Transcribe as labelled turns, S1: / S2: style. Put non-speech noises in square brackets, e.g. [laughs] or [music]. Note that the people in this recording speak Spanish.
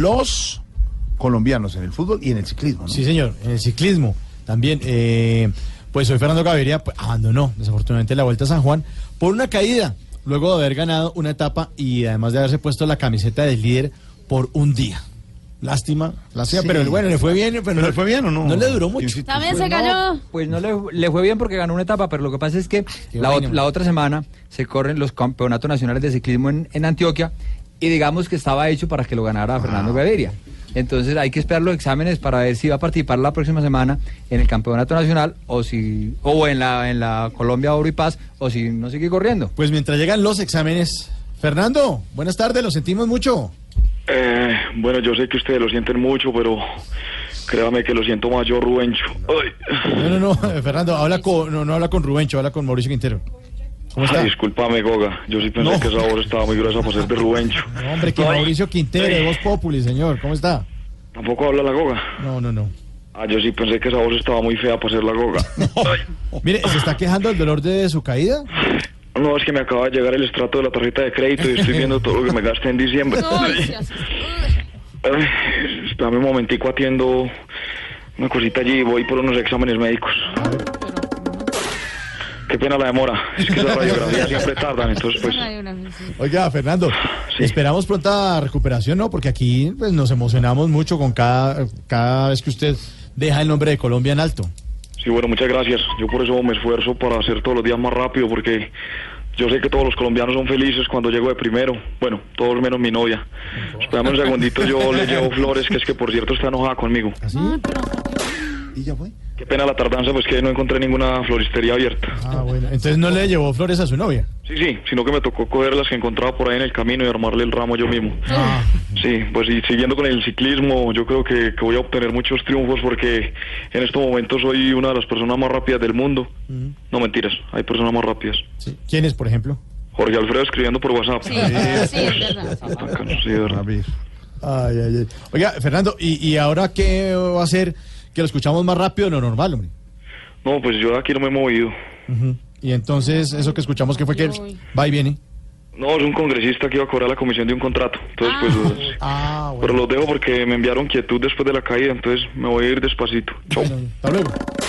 S1: los colombianos en el fútbol y en el ciclismo. ¿no?
S2: Sí, señor, en el ciclismo también. eh, pues hoy Fernando Gaviria pues, abandonó, desafortunadamente, la Vuelta a San Juan por una caída, luego de haber ganado una etapa y además de haberse puesto la camiseta del líder por un día. Lástima, lástima,
S1: Sí.
S2: pero bueno, le fue bien, pero
S1: ¿Pero le fue bien o no?
S2: no le duró mucho.
S1: Insisto,
S3: También
S1: fue-
S3: se cayó.
S4: Pues no le, le fue bien porque ganó una etapa, pero lo que pasa es que la, ot-
S2: bueno.
S4: la otra semana se corren los campeonatos nacionales de ciclismo en, en Antioquia y digamos que estaba hecho para que lo ganara Fernando Gaviria. Entonces hay que esperar los exámenes para ver si va a participar la próxima semana en el campeonato nacional o si o en la en la Colombia Oro y Paz o si no sigue corriendo.
S2: Pues mientras llegan los exámenes. Fernando, buenas tardes, lo sentimos mucho.
S5: Eh, bueno, yo sé que ustedes lo sienten mucho, pero créame que lo siento más yo, Rubencho. Ay.
S2: No, no, no, [laughs] Fernando, habla con, no, no habla con Rubencho, habla con Mauricio Quintero. ¿Cómo está?
S5: Ay, discúlpame, Goga. Yo sí pensé
S2: No.
S5: que esa voz estaba muy gruesa para ser de Rubencho.
S2: No, hombre, que
S5: Ay.
S2: Mauricio Quintero, de Voz Populi, señor, ¿cómo está?
S5: Tampoco habla la Goga.
S2: No, no, no.
S5: Ah, yo sí pensé que esa voz estaba muy fea para ser
S2: [laughs]
S5: la Goga.
S2: Mire, ¿se está quejando del dolor de su caída?
S5: No, es que me acaba de llegar el estrato de la tarjeta de crédito y estoy viendo todo lo que me gasté en diciembre.
S3: Uy, sí, así.
S5: Ay, Dame un momentico, atiendo una cosita allí y voy por unos exámenes médicos. Qué pena la demora. Es que esas radiografías siempre tardan, entonces pues...
S3: Ay, una vez, sí.
S2: Oiga, Fernando,
S5: Sí.
S2: esperamos pronta recuperación, ¿no? Porque aquí pues, nos emocionamos mucho con cada, cada vez que usted deja el nombre de Colombia en alto.
S5: Sí, bueno, muchas gracias. Yo por eso me esfuerzo para hacer todos los días más rápido, porque yo sé que todos los colombianos son felices cuando llego de primero. Bueno, todos menos mi novia. Espérame un segundito, yo le llevo flores, que es que por cierto está enojada conmigo.
S2: ¿Así?
S1: ¿Y ya fue?
S5: Qué pena la tardanza, pues que no encontré ninguna floristería abierta.
S2: Ah, bueno. Entonces no le llevó flores a su novia.
S5: Sí, sí, sino que me tocó coger las que encontraba por ahí en el camino y armarle el ramo yo mismo. Sí, pues y siguiendo con el ciclismo, yo creo que, que voy a obtener muchos triunfos porque en estos momentos soy una de las personas más rápidas del mundo. No mentiras, hay personas más rápidas.
S2: Sí. ¿Quién es, por ejemplo?
S5: Jorge Alfredo escribiendo por WhatsApp.
S3: Sí, sí, es verdad.
S5: Bacano, sí, de verdad.
S1: David.
S2: Ay, ay, ay. Oiga, Fernando, ¿y, y ahora qué va a hacer que lo escuchamos más rápido de lo normal, hombre?
S5: No, pues yo de aquí no me he movido.
S2: Ujú. Y entonces, eso que escuchamos que fue que
S3: Uy.
S2: va y viene.
S5: No, es un congresista que iba a cobrar la comisión de un contrato. Entonces, pues.
S3: Ah.
S5: sí.
S2: Ah,
S5: Pero los dejo porque me enviaron quietud después de la caída, entonces me voy a ir despacito. Chau.
S2: Bueno, hasta luego.